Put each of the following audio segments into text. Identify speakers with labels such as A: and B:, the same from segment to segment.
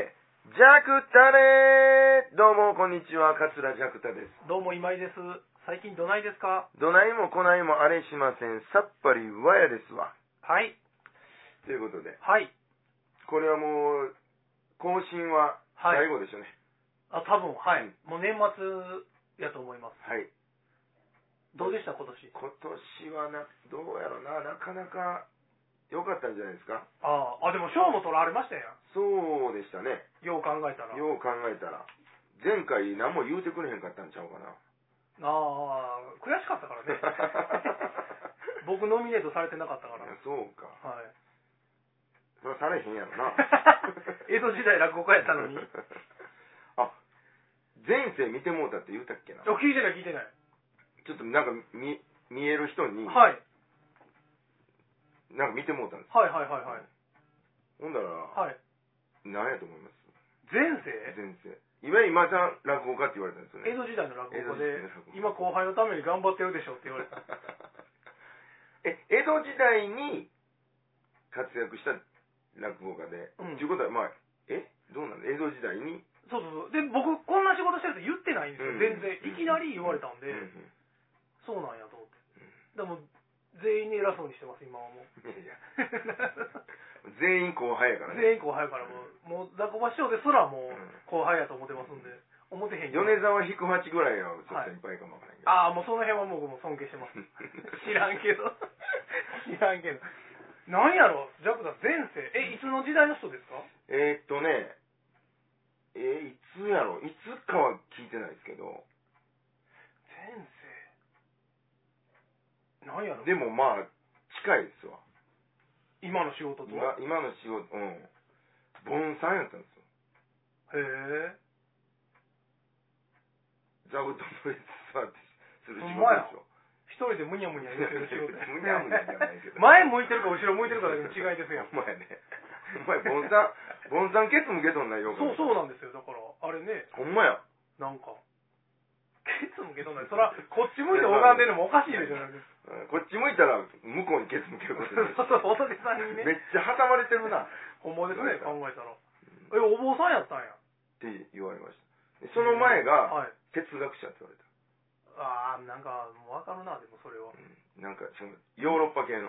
A: ジャクタレーどうも、こんにちは。桂ジャクタです。
B: どうも今井です。最近どないですか
A: どないもこないもあれしません。さっぱりわやですわ。
B: はい。
A: ということで、
B: はい。
A: これはもう、更新は
B: は
A: 最
B: い
A: 後でしょうね。
B: あ、多分、はい。
A: うん
B: もう年末やと思います。
A: はい。
B: どうでした今年。
A: 今年はな、どうやろうな、なかなか良かったんじゃないですか。
B: ああ、あ、でも賞も取られましたや
A: そうでしたね。
B: ん。よう考えたら。
A: よう考えたら。前回何も言うてくれへんかったんちゃうかな。
B: ああ、悔しかった からね。 僕ノミネートされてなかったから。はい。
A: そうか。それはされへんやろな。
B: 江戸時代落語家やったのに。い
A: あ前世見てもうたって言うたっけなち
B: や聞いてない聞いてない。
A: ょっとなんか見見える人になんか
B: はい。
A: 見てもうたんです
B: はいはいはいはい。
A: ほんだら、
B: はい。
A: 何やと思います
B: 前世
A: 前世いわゆる今ちゃん落語家って言われたんですよ
B: 江
A: ね
B: 戸時代の落語家
A: 江戸時代の
B: で
A: 落語、家
B: 今後輩のために頑張ってるでしょって言われた。
A: え江戸時代に活躍した落語家で
B: うん
A: と、いうことはまあえどうなの江戸時代に
B: そうそうそう。で、僕、こんな仕事してるって言ってないんですよ、
A: うん
B: 全然。いきなり言われたんで、
A: うん
B: そうなんやと思って。でも、全員に偉そうにしてます、今は も
A: う
B: う。
A: んいやいや全員後輩やからね
B: 全員後輩やからもう、もう、ザコバ師匠ですらも
A: うん
B: う、後輩やと思ってますんで、思ってへんよ。
A: 米沢引く八ぐらいはちょっと先輩かもわからんけど、
B: ああ、もうその辺はもう僕も尊敬して ます。知らんけど。 知らんけど。なんやろ、ジャクダ前世。え、いつの時代の人ですか
A: えーっとね、えーいつやろいつかは聞いてないですけど、
B: 前世。なんやろ、
A: でもまあ、近いですわ。
B: 今の仕事と。へ
A: 今今の仕事、うん。盆栽やったんですよ。
B: え。
A: 座布団の座ってする仕事
B: ほんま や
A: でしょ。
B: 一人でむにゃむにゃ言ってる仕 事
A: むにゃむにゃじゃないけど
B: 前向いてるか後ろ向いてるかだけの違いですよ
A: ほんまやね。お前、盆栽、盆栽ケツもけとんないよ。
B: そうそうなんですよだからあれね
A: ほんまや。
B: なんかケツ向けとんないそらこっち向いて拝んでるのもおかしいでしょなんか
A: うんこっち向いたら、向こうにケツ向けることになる
B: そうそう仏さんに
A: め
B: ね
A: っちゃ挟まれてるな。っ
B: ほんまですね考えたらえお坊さんやったんや
A: て言われました。その前が、
B: はい
A: 哲学者って言われた。
B: ああなんかもう分かるなでもそれは
A: うんなんか、その、ヨーロッパ系の。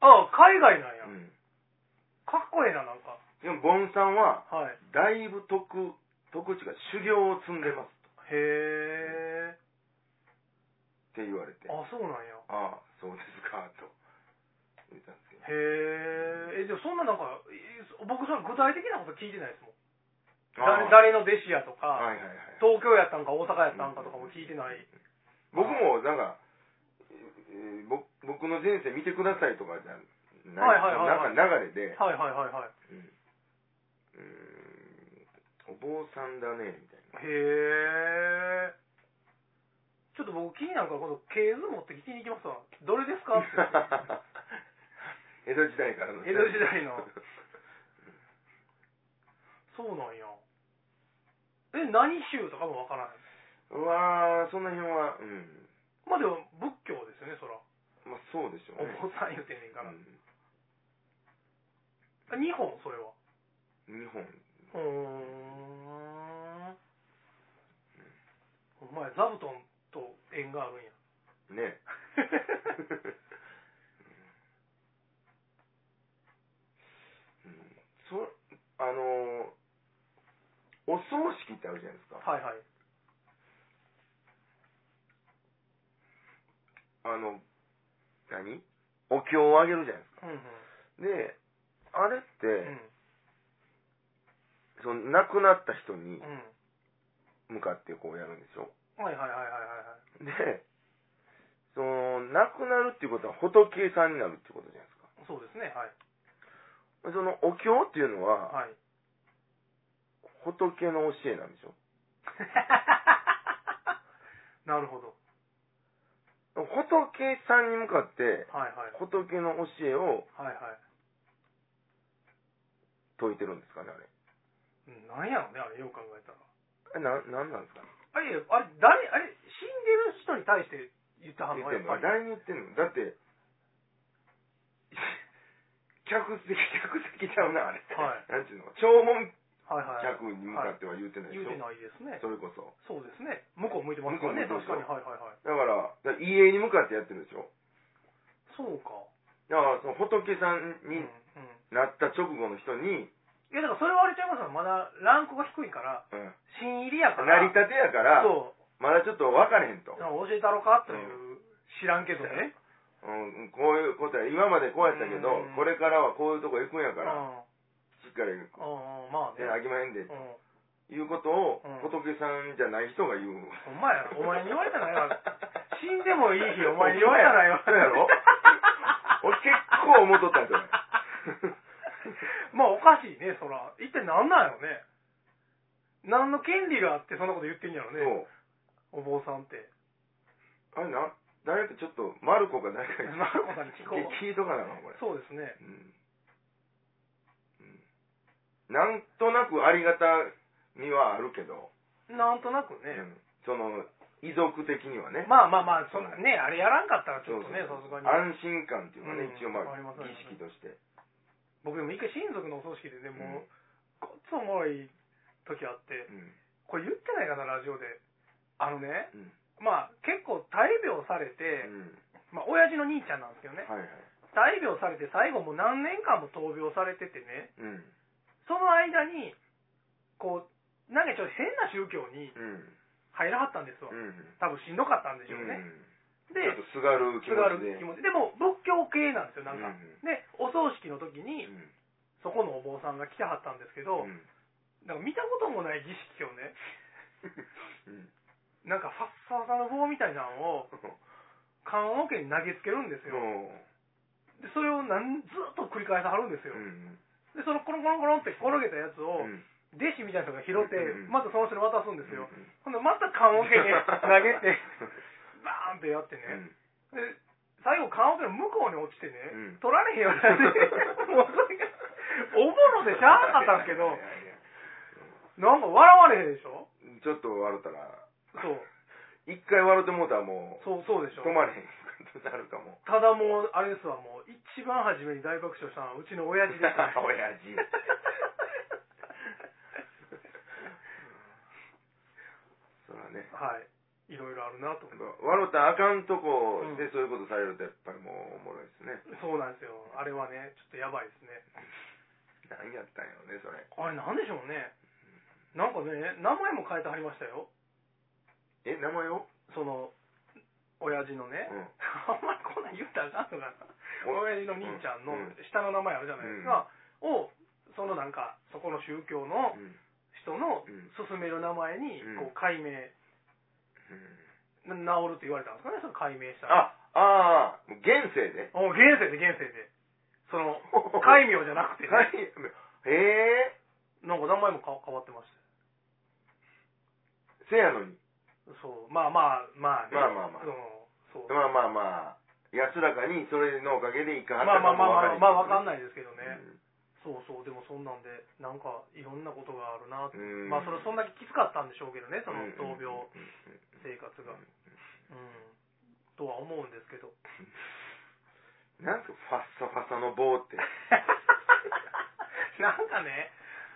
B: ああ海外なんや
A: うん
B: かっこええななんか
A: でも、ボンさんは、
B: はい
A: だいぶ特、特地が修行を積んでますと。
B: へえ
A: って言われて、あ
B: あそうなんや
A: あ、そうですか、と。言ったんですけど。
B: へえでもそんななんかえ僕その具体的なこと聞いてないですもん
A: ああ
B: 誰誰の弟子やとか、
A: はいはいはい。
B: 東京やったんか大阪やったんかとかも聞いてない、
A: 僕も、なんか、えーぼ僕の人生見てくださいとかじゃない。
B: はいはいはいはい
A: なんか流れで、
B: はいはいはいはい
A: うんうーんお坊さんだね、みたいな。
B: へえちょっと僕気になるからこの系図持って聞きに行きますわどれですかって
A: 江戸時代からの。
B: 江戸時代のそうなんやえ何宗とかもわからない
A: 代。 うわー、その辺は、うん。
B: まあでも仏教ですよねそら
A: まあ、そうでしょう
B: お
A: ね。
B: 坊さん言うてんねんから、
A: うん
B: 日本それは
A: 日本
B: うーんお前座布団と縁があ るんや
A: ねそあのお葬式ってあるじゃないですか
B: はいはい
A: あの何お経をあげるじゃないで
B: うんうん
A: すかであれって、
B: う
A: その亡くなった人に
B: ん
A: 向かってこうやるんでしょ
B: うんはいはいはいはいはいは
A: でその亡くなるっていうことは仏さんになるってことじゃないですか
B: いそうですねはい
A: そのお経っていうのは
B: はい
A: 仏の教えなんでしょ
B: なるほど
A: 仏さんに向かって
B: はいはい
A: 仏の教えを
B: はいは
A: 説いてるんですかねあれ
B: いうんなんやろねあれよう考えたら
A: あれななんなんですか
B: あれあれ誰あれ死んでる人に対して言ったはず
A: 言っ
B: は
A: て
B: や
A: ん
B: っ
A: の
B: ぱり
A: 誰に言ってんのだって 客席客席ちゃうなあれ、
B: はい
A: なんていうの弔問
B: はいはい。
A: 100に向かっては言うてないでし
B: 言う
A: ょ、
B: てないですね。
A: それこそ
B: そうですね。向こう向いてますからね、
A: 向こう向い
B: 確
A: て
B: か
A: ま
B: に。
A: す
B: はいはいはい。
A: だからだから家に向かってやってるでしょ
B: そうか。
A: だからその仏さん
B: うん。うん。
A: に
B: い
A: なった直後の人に、
B: や、だからそれはあれちゃいますよ。まだランクが低いから、
A: うん、
B: 新入りやから。
A: 成り立てやから
B: そう。
A: まだちょっと分かれへんと、
B: なんか教えたろかという、知らんけどね。
A: うん、こういうことや今までこうやったけど
B: うん
A: これからはこういうとこ行くんや
B: う
A: から
B: ん。
A: しっかり
B: うん、まあ
A: ね
B: ね。
A: あげまへんで
B: うん。
A: いうことを
B: うん
A: 仏さんじゃない人が言う
B: ほんまやお前に言われたらええわ死んでもいい日、お前に言われたらええわ。
A: そうやろ 俺結構思っとったんやそれ
B: まあおかしいね、そら。一体何なんやろね。何の権利があってそんなこと言ってんやろ
A: そ
B: ね。
A: う
B: お坊さんって。
A: あれな誰かちょっとマルコか誰かに
B: マルコさんに聞こう
A: 聞いとかなあかんこれ
B: そうですね。
A: うんうんなんとなくありがたみはあるけど、
B: なんとなく
A: う
B: ね。
A: んその遺族的にはね
B: まあまあまあ、そんなね、あれやらんかったらちょっとね、さ
A: そう
B: す
A: そう
B: がに。
A: 安心感っていうかね、
B: うん
A: 一応ま
B: ありま
A: あ
B: すあります
A: 儀式として
B: 僕でも一回親族のお葬式でね、もう、
A: うん
B: こっつおもろい時あって、
A: うん
B: これ言ってないかな、ラジオで。あのね、
A: うん
B: まあ結構大病され
A: う
B: て、
A: ん
B: まあ親父の兄ちゃんなんですけどね、
A: はいはい
B: 大病されて最後もう何年間も闘病されててね、
A: うんうん
B: その間に、こう、なんかちょっと変な宗教に入らはったんですわ。
A: うん
B: 多分しんどかったんでしょうね。
A: うんちょっと
B: で、
A: すがる気
B: すがる
A: 持ちで
B: 気持ち。でも仏教系なんですよ、なん
A: う
B: か。
A: ん
B: で、お葬式の時に、
A: うん
B: そこのお坊さんが来てはったんですけど、
A: うん
B: なんか見たこともない儀式をね、
A: うん
B: なんかファッサファサの棒みたいなのを棺桶に投げつけるんですよ。
A: も
B: で、それをなんずっと繰り返さはるんです
A: う
B: よ
A: う。ん
B: で、そのコロンコロンコロンって転げたやつ
A: う
B: を、
A: ん
B: 弟子みたいな人が拾って
A: うんうん、
B: またその人に渡すんですよ。
A: うん
B: ほんで、また棺桶に投げて、バーンってやってね。で、最後棺桶の向こうに落ちて
A: う
B: ね、
A: ん
B: 取られへんようになって、もうそれが、おぼろでしゃあなかったんですけど
A: いやい、やいや
B: なんか笑われへんでしょ
A: ちょっと笑ったら
B: そう。
A: 一回笑ってもうたらも
B: そう、そうでし
A: う
B: ょ
A: 止。まれへんことになるかも。
B: ただもう、あれですわ、もう、一番初めに大爆笑したのは、うちの親父でした、ね
A: 親父そらね
B: はい。いろいろあるなと思って。
A: 笑ったらあかんとこ
B: う
A: で
B: ん
A: そういうことされるとやっぱりもうおもろいですね
B: そうなんですよ。あれはね、ちょっとやばいですね。
A: 何やったんやろねそれ
B: あれなんでしょうね。なんかね、名前も変えてはりましたよ。
A: え名前を
B: その、親父のね。
A: うん
B: あんまりこんなん言うたらあかんのかな。
A: お
B: 親父の兄ちゃんの
A: うん
B: 下の名前あるじゃないですか。を、そのなんか、そこの宗教の
A: うん
B: 人の
A: うん
B: 勧める名前に
A: うん、
B: こう、解明、な治るって言われたんですかね、その解明したら。
A: あああもう現世で
B: お現世で現世で。そ の、戒名じゃなくてね、
A: 改名へえ
B: なんか名前もか変わってました。
A: せやのに
B: そう、まあまあ、まあ、
A: まあまあまあ
B: そう、そう。
A: まあまあまあ安らかにそれのおかげでいか
B: ま
A: は
B: あ
A: ったか
B: まあま
A: も
B: あまあ、まあわかん
A: ない
B: ないですけどね。そうそう、でもそんなんで、なんかいろんなことがあるなって。
A: うん
B: まあそれはそんだけきつかったんでしょうけどね、その闘病
A: うん
B: 生活が。うん。とは思うんです けど。
A: なんかファッサファサの棒って
B: なんかね、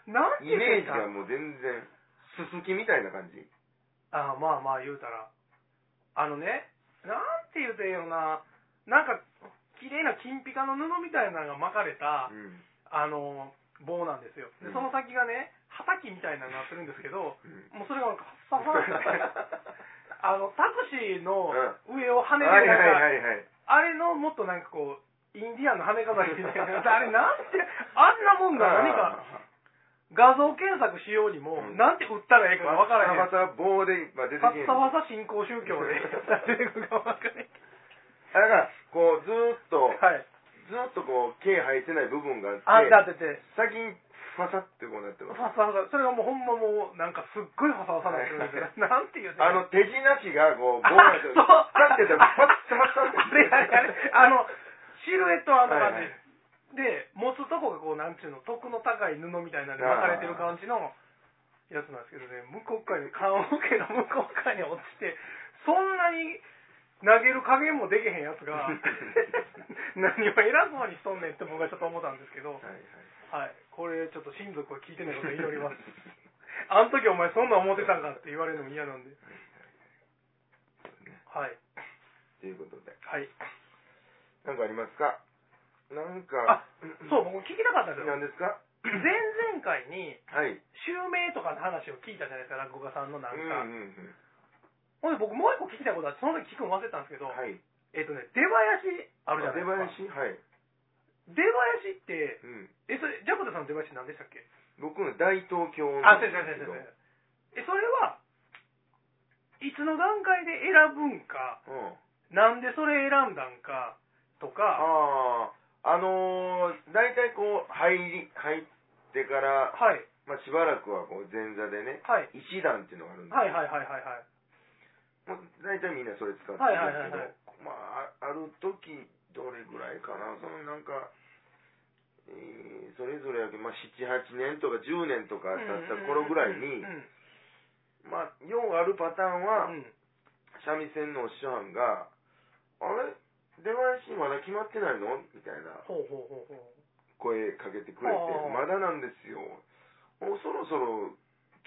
B: なんて
A: イ
B: 言
A: メー
B: う
A: ジ
B: か
A: がもう全然すすきみたいな感じ
B: ああまあまあ言うたらあのねなんて言うてんよななんか綺麗な金ピカの布みたいなのが巻かれた
A: うん
B: あの棒なんですよ
A: う
B: で
A: ん
B: その先がねはたきみたいなのになってるんですけど
A: うん
B: もうそれがなんかパッサパッ サってあのタクシーの上を跳ね
A: は
B: て
A: いはい
B: るなんか
A: はいはい
B: あれのもっとなんかこうインディアンの羽飾りみたいな あれなんてあんなもんが何か画像検索しようにも、
A: うん
B: なんて打ったらええかが分からへん
A: また棒で今出て
B: カ
A: き
B: ッ
A: て
B: サ
A: だ
B: ワサ新興宗 教で出てくるか分かんないけ
A: からこうずーっと
B: ど。はい。
A: ずーっとこう毛生えてない部分があっ
B: あん
A: て
B: たってて、
A: 先にファサってこうなって
B: フ
A: ます
B: ァサフサ、それがもうほんまもう、なんかすっごいファサフサなんですよ。 なんていう
A: あの、手品師がこう棒
B: あ
A: やと
B: そう
A: パッてやったらパッてファサ
B: あれあれあれ、 あの、シルエットはあんな感じ。で、持つとこがこう、なんちゅうの、徳の高い布みたいなのに巻かれてる感じのやつなんですけどね、向こう側に、棺桶の向こう側に落ちて、そんなに投げる加減もでき へんやつが、何を偉そうにしとんねんって僕はちょっと思ったんですけど、
A: はいはい
B: はい。これ、ちょっと親族は聞いてないことを祈ります。 あの時お前そんなん思ってたんかって言われるのも嫌なんで。はい。
A: ということで。
B: はい。
A: なんかありますかなんか
B: あ、そう、僕聞きたかったんですよ。
A: 何ですか
B: 前々回に、
A: はい。
B: 襲名とかの話を聞いたじゃないですか、落語家さんのなん
A: うん
B: か。
A: うんうん。
B: ほんで僕もう一個聞きたいことあって、その時聞くの忘れたんですけど、
A: はい。
B: えっ、とね、出囃子あるじゃない
A: 出囃
B: ですか。
A: 子はい。
B: 出囃子って、
A: うん。
B: え、それ、ジャコタさんの出囃子何でしたっけ
A: 僕の大東京の。
B: あ、そうです、そうです、そうです。え、それは、いつの段階で選ぶんか、
A: うん。
B: なんでそれ選んだんか、とか、
A: ああ、あのー、大体こう、入り、入ってから、
B: はい、
A: まあ、しばらくはこう前座でね、
B: はい、
A: 一段っていうのがあるんです
B: はい、はい、はい、はい、はい。
A: もう大体みんなそれ使ってるん
B: はいはいは
A: ですけ
B: い
A: ど、
B: はい
A: まあ、あある時、どれぐらいかな、そのなんか、えーそれぞれやけど、まあ、7、8年とか10年とか経った頃ぐらいに
B: うん、
A: まあ、ようあるパターンは
B: う、ん、
A: 三味線のお師匠飯が、あれ出囃子まだ決まってないのみたいな
B: ほうほうほうほ
A: 声かけてくれて
B: あー、。
A: まだなんですよ。もうそろそろ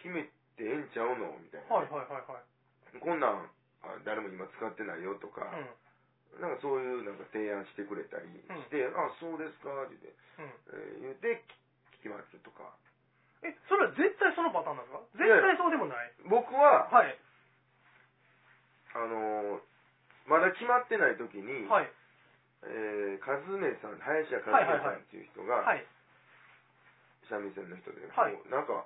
A: 決めてええんちゃうのみたいう
B: はい、
A: な。
B: はい、はい、
A: こんなん、あ誰も今使ってないよとか、
B: はい。うん、
A: なんかそういうなんか提案してくれたりして、あ、そうですか、って言って、えー言
B: うん。
A: ってき聞きますとか。
B: え、それは絶対そのパターンなんですか絶
A: いや
B: 対そうでもない。
A: 僕は、
B: はい、
A: あのーまだ決まってない時に、
B: はい、
A: えー、和明さん、林家和明さんっていう人
B: は
A: が、
B: い、
A: 三味線の人で、
B: はい
A: こうなんか、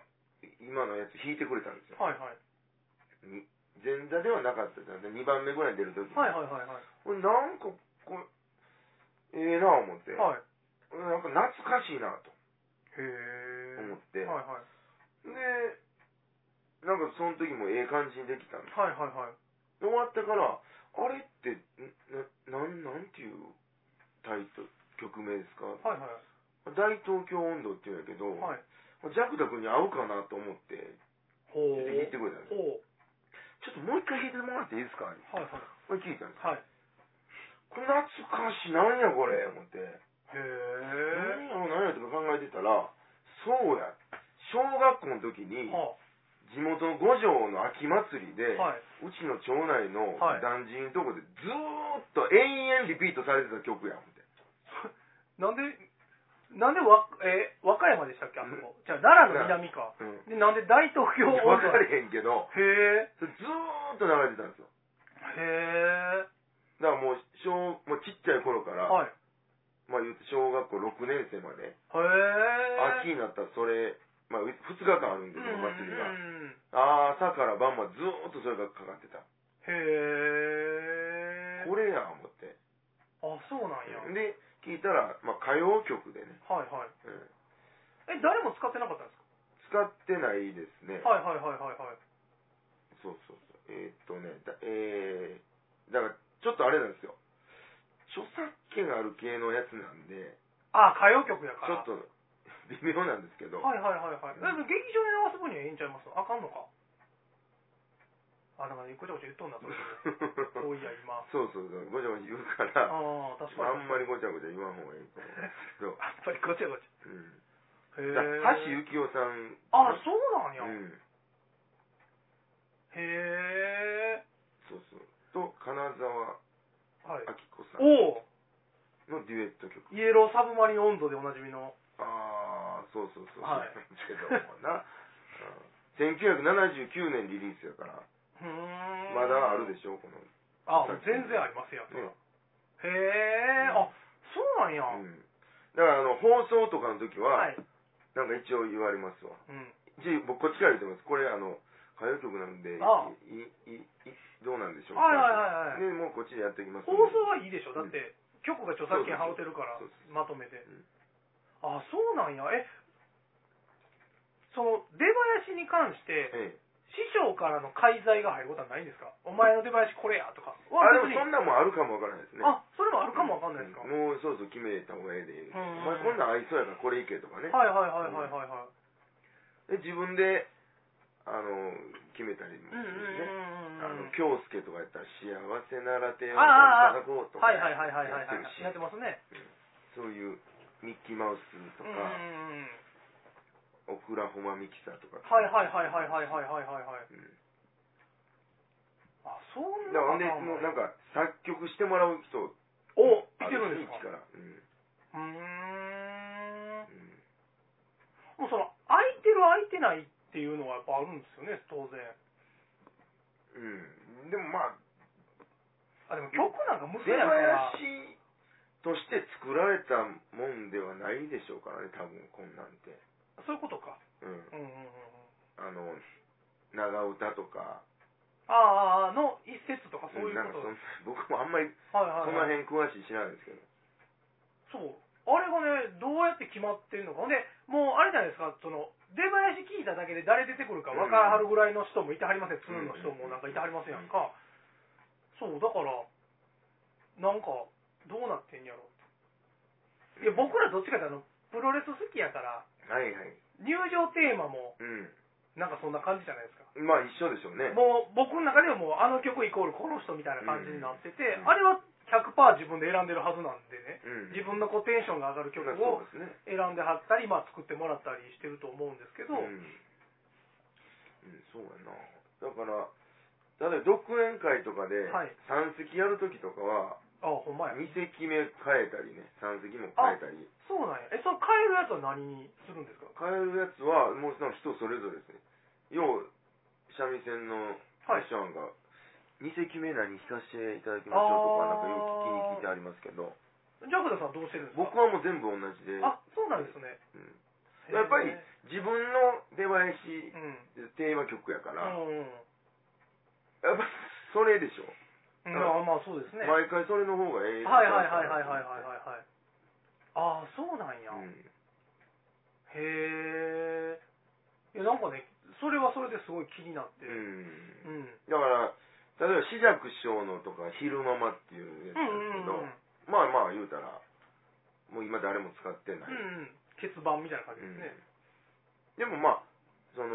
A: 今のやつ弾いてくれたんですよ。
B: はい、はい。
A: に前座ではなかったじゃん。2番目ぐらいに出る時に。
B: はい、はい、はい、はい。
A: これなんか、これ、ええな思って、
B: はい。
A: これなんか懐かしいなと
B: へえ。
A: 思って、
B: はい、はい。
A: で、なんかその時もええ感じにできたの。
B: はい、はい、はい。
A: 終わってから、あれって、んな、なん、なんていうタイトル、曲名ですか
B: はい、はい。
A: 大東京温度っていうんやけど、
B: はい。
A: ジャクダ君に合うかなと思って、ちょっ
B: ほ
A: と弾いてくれたんですよ
B: ほう。
A: ちょっともう一回弾いてもらっていいですか
B: はい、はい。
A: これ聞いたんです。
B: はい。
A: これ懐かしい、なんやこれ思って。
B: へ
A: 何
B: え。
A: やろ何やとか考えてたら、そうや。小学校の時に、
B: は
A: 地元の五条の秋祭り
B: あ、
A: で、
B: はい。
A: うちの町内の
B: はい
A: 団地のとこでずーっと延々リピートされてた曲やんって。
B: なんで、なんでわ、えー和歌山でしたっけあそこ。じゃあ、奈良の南か。
A: うん。
B: で、なんで大東京
A: 分
B: 温度
A: か
B: へ
A: れへんけど、
B: え。
A: それずーっと流れてたんですよ。
B: へえ。
A: だからもう、小、もうちっちゃい頃から、
B: はい。
A: まあ言うと小学校6年生まで、
B: へえ。
A: 秋になったらそれ、まあ、2日間あるんで
B: う
A: す
B: ん
A: よ、お祭り
B: う
A: が。
B: んうん。
A: あー朝から晩までずーっとそれがかかってた。
B: へえ。
A: これや、思って。
B: あ、そうなんや。はい、
A: で、聞いたら、まあ、歌謡曲でね、
B: はい。
A: うん
B: え、誰も使ってなかったんです
A: 使ってないですね。
B: かはい、はい、はい、はい、はい。
A: そうそうそう。えーっとね、だえー、だから、ちょっとあれなんですよ。著作権がある系のやつなんで、
B: あ、歌謡曲やか
A: ちょ
B: ら。
A: っと微妙なんですけ ど、
B: はいはいはいはい。だけど劇場で流す分にはええんちゃいますあかんのかあ、だからね、ごちゃごちゃ言っとんだと。そういや、今。あ
A: そうそうそう、ごちゃごちゃ言うから、
B: あ、確か
A: あ
B: に。
A: んまりごちゃごちゃ言わん方がいいと思うんですけど、
B: やっぱ
A: うん。だ橋
B: りごちゃごちゃ。へえ。
A: 幸夫さん。
B: あ、そうなんや。
A: うん。
B: へえ。
A: そうそう。と、金沢
B: はい。
A: 明子さん
B: おお
A: のデュエット曲。
B: イエローサブマリン温度でおなじみの。
A: ああ、そうそうそう。
B: はい
A: そうなんですけどもな。うん1979年リリースやから、
B: ふーん。
A: まだあるでしょ、この。
B: あ、全然ありますや
A: ね
B: ん。へえ。あ、そうなんや。
A: うん。だから、あの、放送とかの時
B: は
A: は、
B: い。
A: なんか一応言われますわ。
B: うん。
A: 一応僕こっちから言ってます。これ、あの、歌謡曲なんで、
B: あ
A: い、い、い、どうなんでしょうか。
B: はいはいはいはい。
A: で、もうこっちでやっておきますんで。
B: 放送はいいでしょだって、局が著作権払ってるから
A: そうそう
B: まとめて
A: うん
B: あそうなんやえその出囃子に関して
A: ええ。
B: 師匠からの介在が入ることはないんですかお前の出囃子これやとか
A: あ、
B: は
A: でも
B: 別に
A: そんなんもあるかもわからないですね。
B: あそれもあるかもわかんないですか、
A: うんもうそうそう決めた方がええで、
B: うん
A: お前こんなん合いそうやからこれいけとかね、
B: はいはいはいはいはいはい
A: で自分であの決めたりもす
B: うんうんうん
A: るね、あ
B: うんう
A: の
B: ん
A: 京介とかやったら「幸せなら手をい
B: ああああ
A: ただこう」とか
B: はい
A: ね
B: はいはいはいはい
A: やってるし
B: やってますね
A: そういうミッキーマウスと
B: うんうん
A: か、
B: うんうん
A: オクラホマミキサーとか。
B: はいはいはいはいはいはいはいはいはい
A: うんだ
B: あそん
A: か
B: な
A: らほ
B: パ
A: んで、
B: ターン
A: もうなん
B: もある
A: か、作曲してもらう人、
B: お
A: あ
B: 見てるんです
A: 地域
B: か
A: から。うん。
B: うーん
A: うん
B: もうその空いてる空いてないっていうのはやっぱあるんですよね当然
A: うん。でもまあ、
B: あでも曲なんか無
A: 出
B: 理やから
A: 囃子として作られたもんではないでしょうからね、多分、こんなんて。
B: そういうことか
A: うん。
B: うんうんうんうん
A: あの、長唄とか、
B: ああの一節とかそういう
A: なん
B: こ
A: か
B: と
A: そん僕もあんまり
B: は
A: そ
B: いはい
A: の
B: はい
A: 辺詳しい知らないですけど。
B: そう。あれがね、どうやって決まってんのか。ほんで、もうあれじゃないですか、その、出囃子聞いただけで誰出てくるか分からはるぐらいの人もいてはりません。鶴の人もなんかいてはりませんやんか。そう、だから、なんか、どうなってんやろ。いや、僕らどっちかってあの、プロレス好きやから、
A: はいはい。
B: 入場テーマも、
A: う
B: なんかそんな感じじゃないですか。
A: ん。まあ一緒でしょうね。
B: もう、僕の中ではもう、あの曲イコールこの人みたいな感じになってて、
A: うんうん
B: あれは100%自分で選んでるはずなんでね。
A: うん。
B: 自分のこうテンションが上がる曲
A: が
B: を
A: そうですね。
B: 選んではったり、まあ、作ってもらったりしてると思うんですけど、
A: うん、うんそうやなだから例えば独演会とかで
B: はい
A: 三席やるときとかは
B: ああほんまや
A: 二席目変えたりね三席も変えたり
B: そうなんやえその変えるやつは何にするんですか
A: 変えるやつはもうその人それぞれですね要三味線の
B: はい
A: 師匠が二席目何弾かせていただきましょうとかなんかよく聞きに聞いてありますけど
B: ジャクダさんどうしてるんですか
A: 僕はもう全部同じで、
B: あそうなんですね
A: うん
B: へえ
A: やっぱり自分の出囃子
B: うん
A: テーマ曲やから、
B: うんうん
A: やっぱそれでしょ
B: うん
A: だから
B: まあまあそうですねはい
A: 毎回それの方がええ
B: はいはいはいはいはいはいはいああそうなんや、
A: うん
B: へえなんかねそれはそれですごい気になって
A: う
B: うん、
A: ん
B: うん、うん
A: だから例えば紫尺師匠のとか「昼ママ」っていうやつなんですけど、
B: うんうん
A: まあまあ言うたらもう今誰も使ってない、
B: うんうん欠番みたいな感じですね、
A: うんでもまあその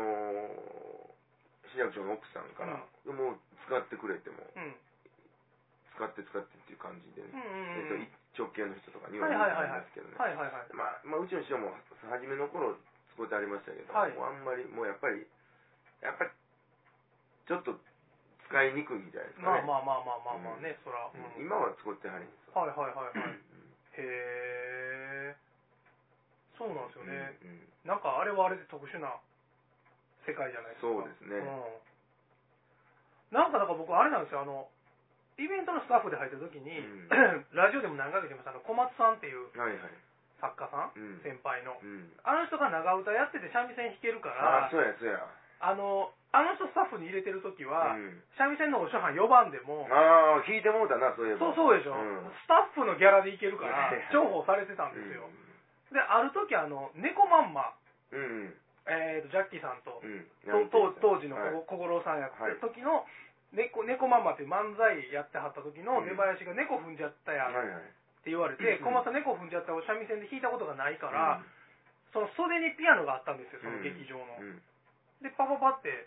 A: 紫尺師匠の奥さんから、もう使ってくれても
B: うんうん
A: 使って使ってっていう感じでね、
B: うん
A: えっ
B: う
A: と
B: ん
A: 一直系の人とかには言う
B: はいはいはい
A: んですけどね、
B: はいはいはい
A: まあ、まあ、うちの師匠も初めの頃使ってありましたけど、
B: はい
A: もうあんまりもうやっぱりやっぱりちょっと使いにくいみたいですか
B: まあ
A: ね、
B: まあまあまあまあまあね、そら、
A: うん
B: うん
A: 今は使ってはりんです
B: はいはいはいはい
A: よ
B: へえそうなんですよね、
A: うんうん
B: なんかあれはあれで特殊な世界じゃないですか
A: そうですね、
B: うん、なんかだから僕あれなんですよあのイベントのスタッフで入った時に、
A: うん
B: ラジオでも何回か言ってましたあの小松さんっていう
A: はいはい
B: 作家さん
A: うん
B: 先輩の
A: うん
B: あの人が長唄やってて三味線弾けるか
A: あ
B: らあ
A: そうやそうや
B: のあの人スタッフに入れてる時は、
A: うん、
B: 三味線のお師匠さん4番でも、
A: ああ聞いてもうたなそういえ
B: そ
A: ば
B: うそうでしょ、
A: うん
B: スタッフのギャラでいけるから
A: いやいや
B: 重宝されてたんですよ、である時あの猫まんま、
A: うんうん
B: えー、とジャッキーさんと,、
A: うん
B: と当当時の
A: はい
B: 小五郎さんやって
A: はい
B: る時の猫、猫まんまっていう漫才やってはった時の
A: うん
B: 出囃子が猫踏んじゃったや
A: は
B: っ
A: いはい
B: て言われて、
A: うん
B: 小松さん猫踏んじゃったお三味線で弾いたことがないから、
A: うん
B: その袖にピアノがあったんですよその劇場の、
A: うん
B: でパパパって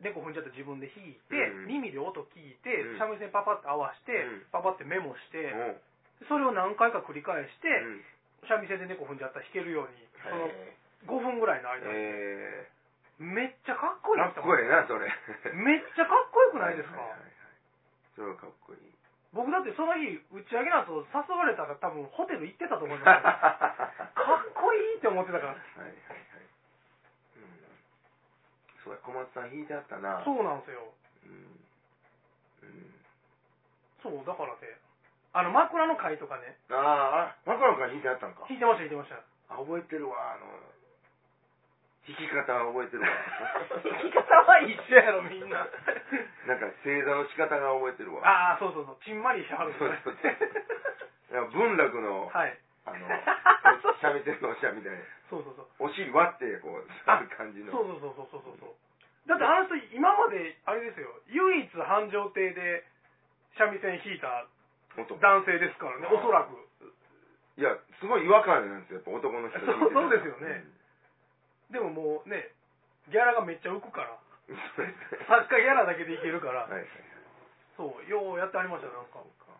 B: 猫踏んじゃった自分で弾いて、
A: うん
B: 耳で音聞いて
A: うん
B: 三味線パパって合わして、
A: うん
B: パパってメモして、
A: おう
B: それを何回か繰り返して、
A: うん
B: 三味線で猫踏んじゃったら弾けるように、
A: へ
B: その5分ぐらいの間に、
A: え
B: めっちゃかっこいい
A: か
B: で
A: っ
B: すよ
A: こええなそれ
B: めっちゃかっこよくないですか、
A: ははいはいはいそれはかっこいい。
B: 僕だってその日、打ち上げの後、誘われたら多分ホテル行ってたと 思いますよかっこいいって思ってたから。
A: はいはいはい。うん。そうや、小松さん弾いてあったな。う。
B: そうなんですよ。
A: うん。うん。
B: そう、だからね。あの、枕の会とかね、
A: あーあ、マカロンから弾いてあったんか。
B: 弾いてました、弾いてました。。
A: あ、覚えてるわ、あの、弾き方は覚えてるわ
B: 弾き方は一緒やろ、みんな。
A: なんか、正座の仕方が覚えてるわ。
B: ああ、そうそうそう、ちんまりしてはるんですね
A: そうそういや文楽の、
B: はい。
A: あの、三味線のおしゃみたいな。
B: そうそうそう。
A: お尻割って、こう、ある感じの。
B: そうそうそうそうそうそうだってあの人今まであれですよ唯一繁盛亭で三味線弾いた
A: 音
B: 男性ですからねおそらく
A: いや、すごい違和感なんですよ、やっぱ男の人
B: そう
A: 聞いてたら
B: そうですよね。でももうねギャラがめっちゃ浮くから
A: うん そうですね
B: 作家ギャラだけでいけるから、
A: はいはいはい。
B: そうようやってありましたよなんか
A: そうか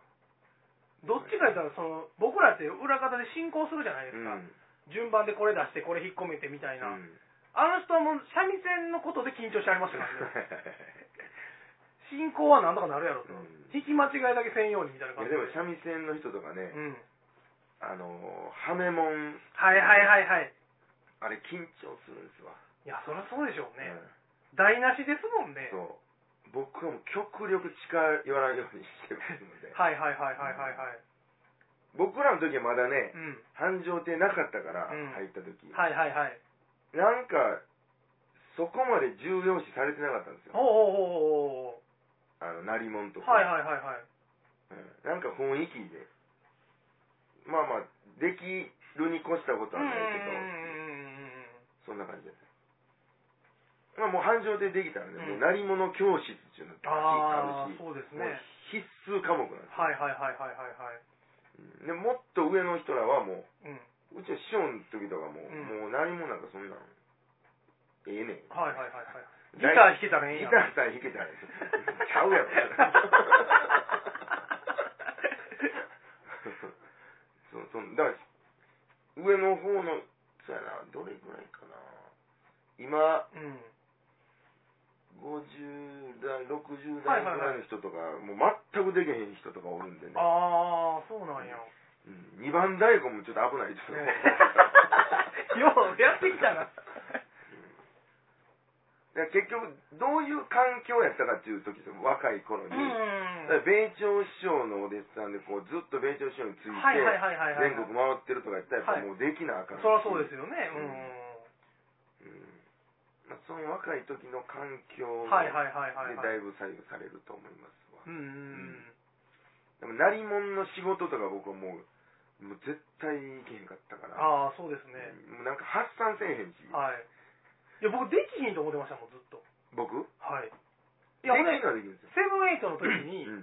B: どっちか言ったらその僕僕らって裏方で進行するじゃないで
A: う
B: す
A: ん
B: か、順番でこれ出してこれ引っ込めてみた いな、
A: うん
B: あの人はもう三味線のことで緊張してありますから ね進行はなんとかなるやろと、
A: うん
B: 引き間違いだけせんようにみたいな
A: い
B: 感
A: やで
B: じ
A: も三味線の人とかね、
B: うん、
A: あのーハメモン
B: はいはいはいはい
A: あれ緊張するんですわ、
B: いやそりゃそうでしょう
A: う
B: ね、
A: ん
B: 台無しですもんね
A: そう僕はもう極力近寄らんようにしてますので
B: はいはいはいはいはいはい、
A: 僕らの時はまだね
B: うん、
A: 繁盛亭なかったから
B: うん
A: 入った時、
B: はいはいはい
A: なんかそこまで重要視されてなかったんですよ
B: おおおうおうおうおう
A: あの鳴り物とか、
B: はいはいはいはい
A: うんなんか雰囲気でまあまあできるに越したことはないけどそんな感じですまあもう繁盛亭できたらね、
B: う
A: もう
B: ん
A: 鳴り物教室っていうのあ
B: ああ
A: るし
B: そうです
A: もう
B: ね
A: 必須科目なんですよ
B: はいはいはいは
A: で
B: いはいはい
A: もっと上の人らはも
B: うん
A: ううちは師匠の時とかもう,、もう
B: うん
A: 何もなんかそんなんええねん
B: はいはいはいはいギ
A: 大
B: ター弾けたらええ
A: ギ
B: やん
A: ターさえ弾 けたらええちゃうやろそれそうそうだから上の方のそうやなどれぐらいかな今
B: うん
A: 50代60
B: は
A: 代
B: いは
A: ぐらい
B: いはい
A: の人とか、もう全くできへん人とかおるんでね
B: ああそうなん や
A: うん二番太鼓もちょっと危ないですよ、
B: ね ようやってきたな
A: だから結局どういう環境やったかっていう時ですよ若い頃
B: う
A: に、
B: ん
A: だから米朝師匠のお弟子さんでこうずっと米朝師匠について
B: はいはいはいはいはい
A: 全国回ってるとか言ったらやっぱもうできなあかんし、
B: そりゃそうですよねう
A: うん
B: ん
A: うんまあ、その若い時の環境
B: はい
A: で
B: はいはいはいは
A: だ
B: い
A: いぶ左右されると思いますわ
B: うんうん
A: でも鳴り物の仕事とか僕はもうもう絶対いけへんかったから
B: ああそうですね
A: もうなんか発散せえへんし
B: はいいや僕できひんと思ってましたもんずっと
A: 僕
B: はいい
A: でき
B: や
A: る
B: 俺
A: のはできるんですよ
B: セブンエイトの 時に
A: うん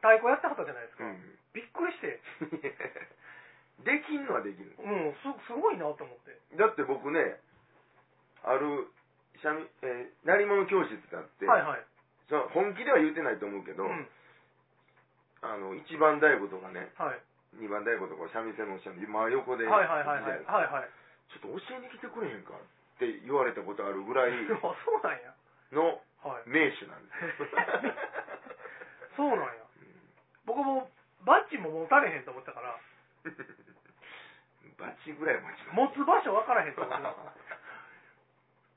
B: 太鼓やってはったじゃないですか、
A: うん
B: びっくりして
A: できんのはできる
B: うんすすごいなと思って
A: だって僕ねある三味えー、鳴り物教室ってあって、
B: はいはい
A: その本気では言うてないと思うけど、
B: うん
A: あの一番太鼓とかね
B: はい
A: 二番太鼓とか三味線のおっしゃる真横で、
B: はいはいはいはい
A: い
B: はいはい
A: ちょっと教えに来てくれへんかって言われたことあるぐらい
B: あそうなんや
A: の
B: はい
A: 名手なんです
B: そうなんや僕もバッジも持たれへんと思ったから
A: バチぐらい持ちます
B: 持つ場所分からへんと思ってたから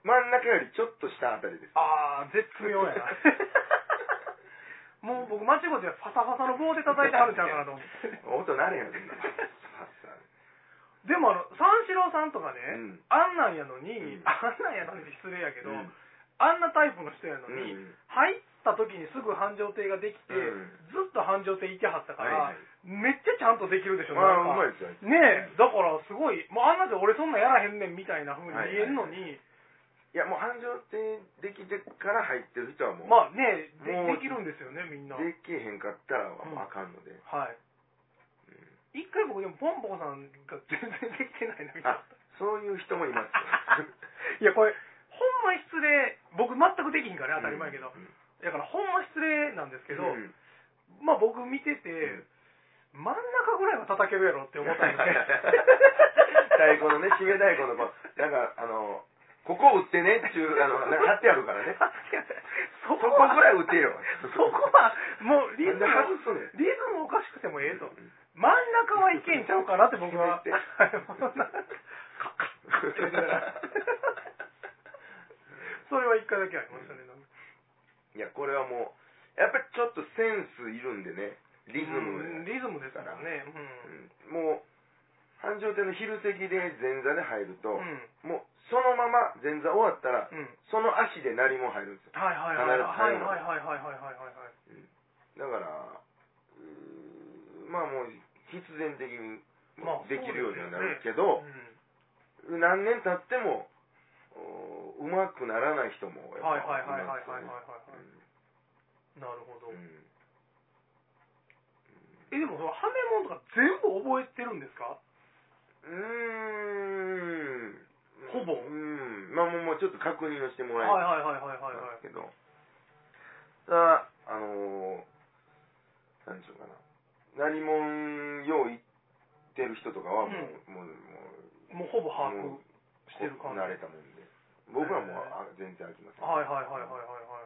A: 真ん中よりちょっと下あたりです
B: ああ絶 妙やなもう僕間違ってファサファサの棒で叩いてはるんちゃうかなと思って
A: 音なれへんよそ んな
B: でもあの三四郎さんと
A: う
B: かね、
A: ん
B: あんなんやのに、
A: うん
B: あんなんやのにって失礼やけど、
A: うん
B: あんなタイプの人やの
A: うん
B: に、入った時にすぐ繁盛亭ができて、
A: うん
B: ずっと繁盛亭いてはったか
A: はいはい
B: ら、めっちゃちゃんとできるでしょ、
A: ま
B: な
A: あう
B: ん
A: まい
B: か
A: ですよあいつ
B: ねえだからすごいもうあんなで俺そんなんやらへんねんみたいな風に言えんのに、
A: いやもう繁盛ってできてから入ってる人はもう、
B: まあねえで
A: もう
B: できるんですよねみんなは
A: できへんかったらは
B: うん
A: あかんので、
B: い一回僕でもポンポコさんが全然できてないなみたいな
A: あそういう人もいます
B: いやこれほんま失礼僕全くできひんから ね当たり前やけど、
A: うん
B: だからほんま失礼なんですけど、
A: うん
B: まあ僕見てて、
A: ん
B: 真ん中ぐらいは叩けるやろって思ったんですね
A: 太鼓のね締め太鼓のこうなんかあのここ打ってねっていうあのなんか貼ってある からね
B: そ
A: そ
B: こ
A: こ
B: は
A: ぐらい打てよ
B: そこはもうリズム
A: なんで外すねん
B: リズムおかしくてもええと真ん中はいけんちゃうかなって僕 は
A: 決めて
B: はい真ん中カッカッって言うてたらそれは一回だけありましたねなんか
A: いやこれはもうやっぱりちょっとセンスいるんでねリズ
B: うん
A: ム、
B: リズムですからね
A: うんもう繁盛亭の昼席で前座で入る
B: う
A: と、
B: ん、うん
A: もうそのまま前座終わったら、
B: うん、
A: その足で鳴りも入るんですよ
B: はいはいはいはいはいはいはいはいはいはいはい
A: だからうーまあもう必然的に
B: まあ
A: できるようにはなるけど、
B: う
A: 何年経ってもおうまくならない人も
B: ん
A: やっ
B: はい
A: ぱ
B: はいはいはいはいはいはい
A: いま
B: はいなるほ
A: すよ
B: ど
A: ね
B: えでもそのハメモンとか全部覚えてるんですか
A: うんうーん
B: ほ
A: う
B: ぼ
A: んまあもうもうちょっと確認をしても
B: はい
A: らいたい
B: はいはいはいはい
A: ん
B: は
A: ですけ
B: い
A: ど、さああのー、なんちゅうのかな何もんよう行っる人とかはもう、
B: う
A: もう、も
B: もうほぼ把
A: う、も
B: 握
A: う
B: してる感じ
A: 慣れたもんで。僕はもう、あ全然飽きません。
B: はいはいはいはいはい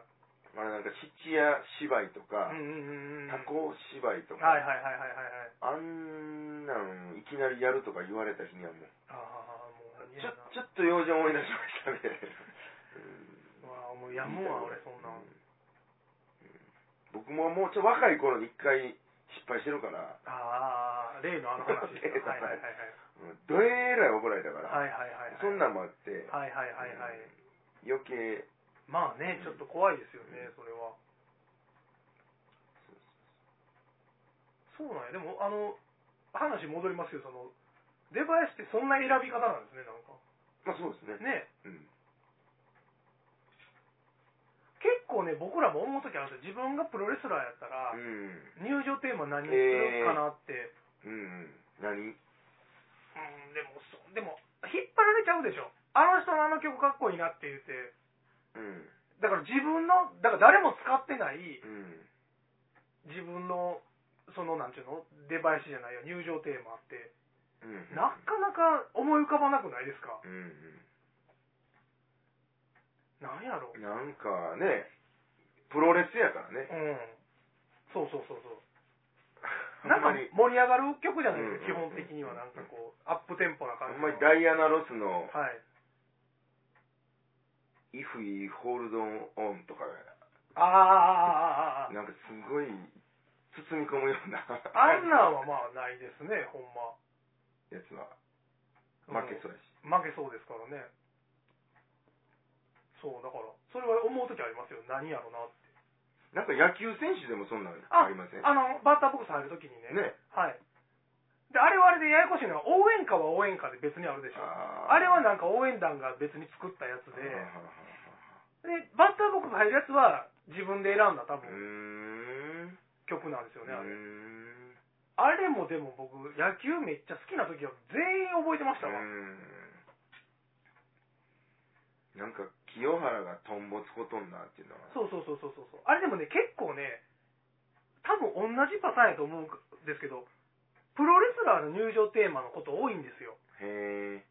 A: あれなんか、質屋芝居とか
B: はい、うんうんうんうん
A: タコ芝居とか、
B: はいはいはい
A: あ
B: はいはいはい
A: んなん、いきなりやるとか言われた日にはもう、
B: ああもう
A: ち
B: 嫌
A: ょちょ
B: や
A: っと用事思い出しましたね。
B: なわあもうやむわ俺そんな
A: う僕ももうちょ若い頃に一回失敗してるから、
B: ああ例のあの話です
A: 例の
B: かはい
A: 話
B: はいは
A: う
B: い
A: んどえらい怒られたから、
B: はいはいはいはいはい
A: そんなんもあって、
B: はいはいはいはい
A: 余計、
B: まあねちょっと怖いですよねそれはそうなんやでもあの話戻りますよその出囃子ってそんな選び方なんですねなんか
A: まあそうですね。
B: ね
A: うん。
B: 結構ね僕らも思う時あるんですよ自分がプロレスラーやった
A: う
B: ら、
A: ん。
B: 入場テーマ何にするかなって、
A: うん。何
B: うんでもそでも引っ張られちゃうでしょあの人のあの曲かっこいいなって言って
A: うん。
B: だから自分のだから誰も使ってない
A: うん。
B: 自分のそのなんていうの出囃子じゃないよ入場テーマって
A: うん。
B: なかなか思い浮かばなくないですか
A: うん。
B: なんやろう
A: うんなんかね、プロレスやからね。
B: んそうそうそうそうなん
A: あんま
B: か
A: り、
B: 盛り上がる曲じゃないですか基
A: うん
B: 本的にはなんかこうアップテンポな
A: あ
B: 感
A: ん
B: じ
A: ま
B: の
A: りダイアナ・ロスの、
B: は
A: If
B: い
A: We Hold On On とか、
B: ああああああああ
A: なんかすごい包み込むような
B: あんなんはまあないですねほんま
A: やつは負
B: うん
A: けそうやし。
B: 負けそうですからねそうだからそれは思う時ありますよ何やろなって
A: なんか野球選手でもそんなのありません
B: あのバッターボックス入る時にね
A: ね。
B: はいであれはあれでややこしいのは応援歌は応援歌で別にあるでしょ
A: あー
B: あれはなんか応援団が別に作ったやつででバッターボックス入るやつは自分で選んだ多
A: うー
B: 分
A: ん。
B: 曲なんですよねあ
A: うー
B: れ
A: ん
B: あれもでも僕野球めっちゃ好きな時は全員覚えてましたわ
A: うんなんか清原がとんぼつことんなっていうのは
B: そうそうそうそうそうそうあれでもね結構ね多分同じパターンやと思うんですけどプロレスラーの入場テーマのこと多いんですよ
A: へえ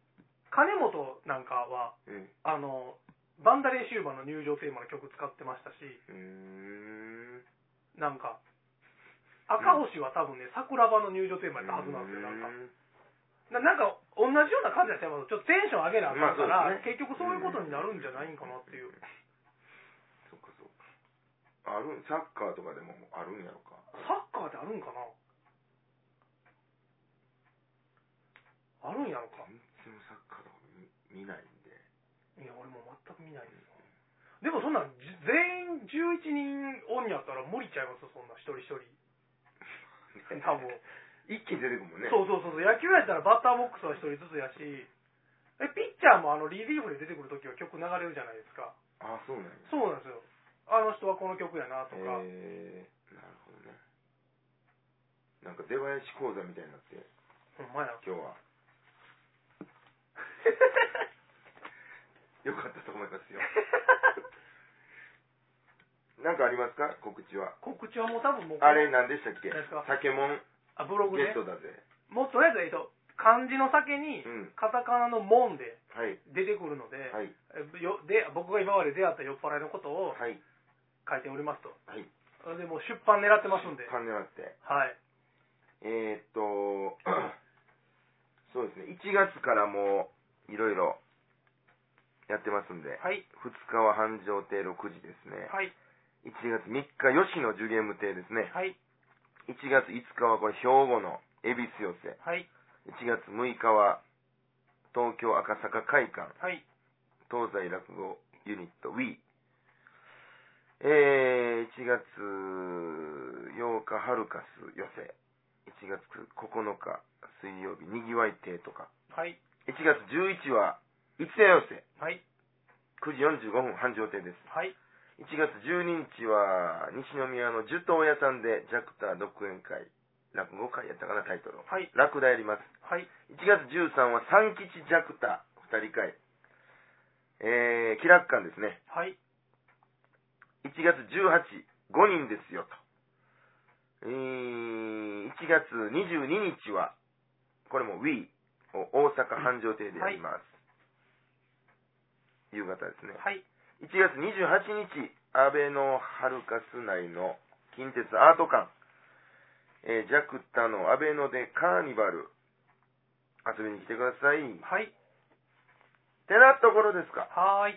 B: 金本なんかは
A: うん
B: あのバンダレーシューバーの入場テーマの曲使ってましたし
A: うーん
B: なんか赤星は多分ね桜庭の入場テーマやったはずなんですよなんかななんか同じような感じになっちゃいますちょっとテンション上げなあかんか
A: ま
B: ら、
A: あそうですね
B: 結局そういうことになるんじゃないんかなっていう
A: そっかそっかあるんサッカーとかでもあるんやろか
B: サッカーってあるんかなあるんやろか
A: 全然サッカーとか見見ないんで
B: いや俺も全く見ないですわでもそんなんじ全員11人おんやったら無理ちゃいますよそんな一 人一人多分、
A: 一気に出てくるもんね
B: そうそうそうそう野球やったらバッターボックスは一人ずつやしえピッチャーもあのリリーフで出てくるときは曲流れるじゃないですか
A: あそうなんや
B: そうなんですよあの人はこの曲やなとか、
A: へえなるほどねなんか出囃子講座みたいになって
B: ほん まや
A: 今日 は良かったと思いますよなんかありますか告知は。
B: 告知はもう多分もう
A: あれ、何でしたっけ
B: 何ですか
A: 酒もん
B: あブログ
A: ゲ
B: ね
A: ットだぜ。
B: もうとりあえず、えっと、漢字の先に
A: うん。
B: カタカナの「門」で
A: はい。
B: 出てくるので,、
A: はい。
B: えよで僕が今まで出会った酔っ払いのことを
A: はい。
B: 書いておりますと
A: はい。
B: それでもう出版狙ってますんで
A: 噛んでなくて。
B: はい
A: えー、っと、 そうですね。1月からもう、いろいろやってますんで。
B: はい
A: 2日は繁盛亭6時ですね。
B: はい
A: 1月3日、吉野寿ゲーム亭ですね。
B: はい
A: 1月5日はこれ、兵庫の恵比寿寄せ。
B: はい
A: 1月6日は、東京赤坂会館。
B: はい
A: 東西落語ユニット WE。えー、1月8日、ハルカス寄せ。1月9日、水曜日、にぎわい亭とか。
B: はい
A: 1月11日は、一夜寄せ。
B: はい
A: 9時45分、繁盛亭です。
B: はい
A: 1月12日は、西宮の樹刀屋さんで、ジャクター独演会、落語会やったかな、タイトルを。
B: はい
A: 落語やります。
B: はい
A: 1月13は、三吉ジャクタ、二人会。えー、気楽館ですね。
B: はい
A: 1月18、5人ですよと。えー1月22日は、これも We を大阪繁盛亭でやります、夕方ですね
B: はい。
A: 1月28日安倍のハルカス内の近鉄アート館、えージャクタの安倍のでカーニバル遊びに来てください
B: はい。
A: てなところですか
B: はーい。